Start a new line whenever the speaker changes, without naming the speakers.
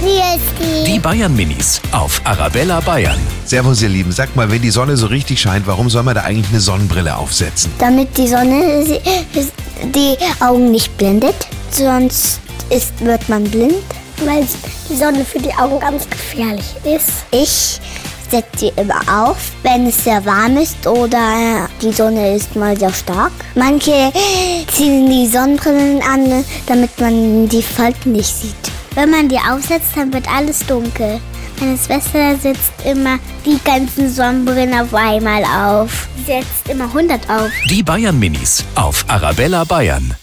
Christi.
Die Bayern Minis auf Arabella Bayern.
Servus, ihr Lieben. Sagt mal, wenn die Sonne so richtig scheint, warum soll man da eigentlich eine Sonnenbrille aufsetzen?
Damit die Sonne sie- die Augen nicht blendet. Sonst ist, wird man blind. Weil die Sonne für die Augen ganz gefährlich ist. Ich setze sie immer auf, wenn es sehr warm ist oder die Sonne ist mal sehr stark. Manche ziehen die Sonnenbrillen an, damit man die Falten nicht sieht. Wenn man die aufsetzt, dann wird alles dunkel. Meine Schwester setzt immer die ganzen Sonnenbrillen auf einmal auf. Sie setzt immer 100 auf.
Die Bayern Minis auf Arabella Bayern.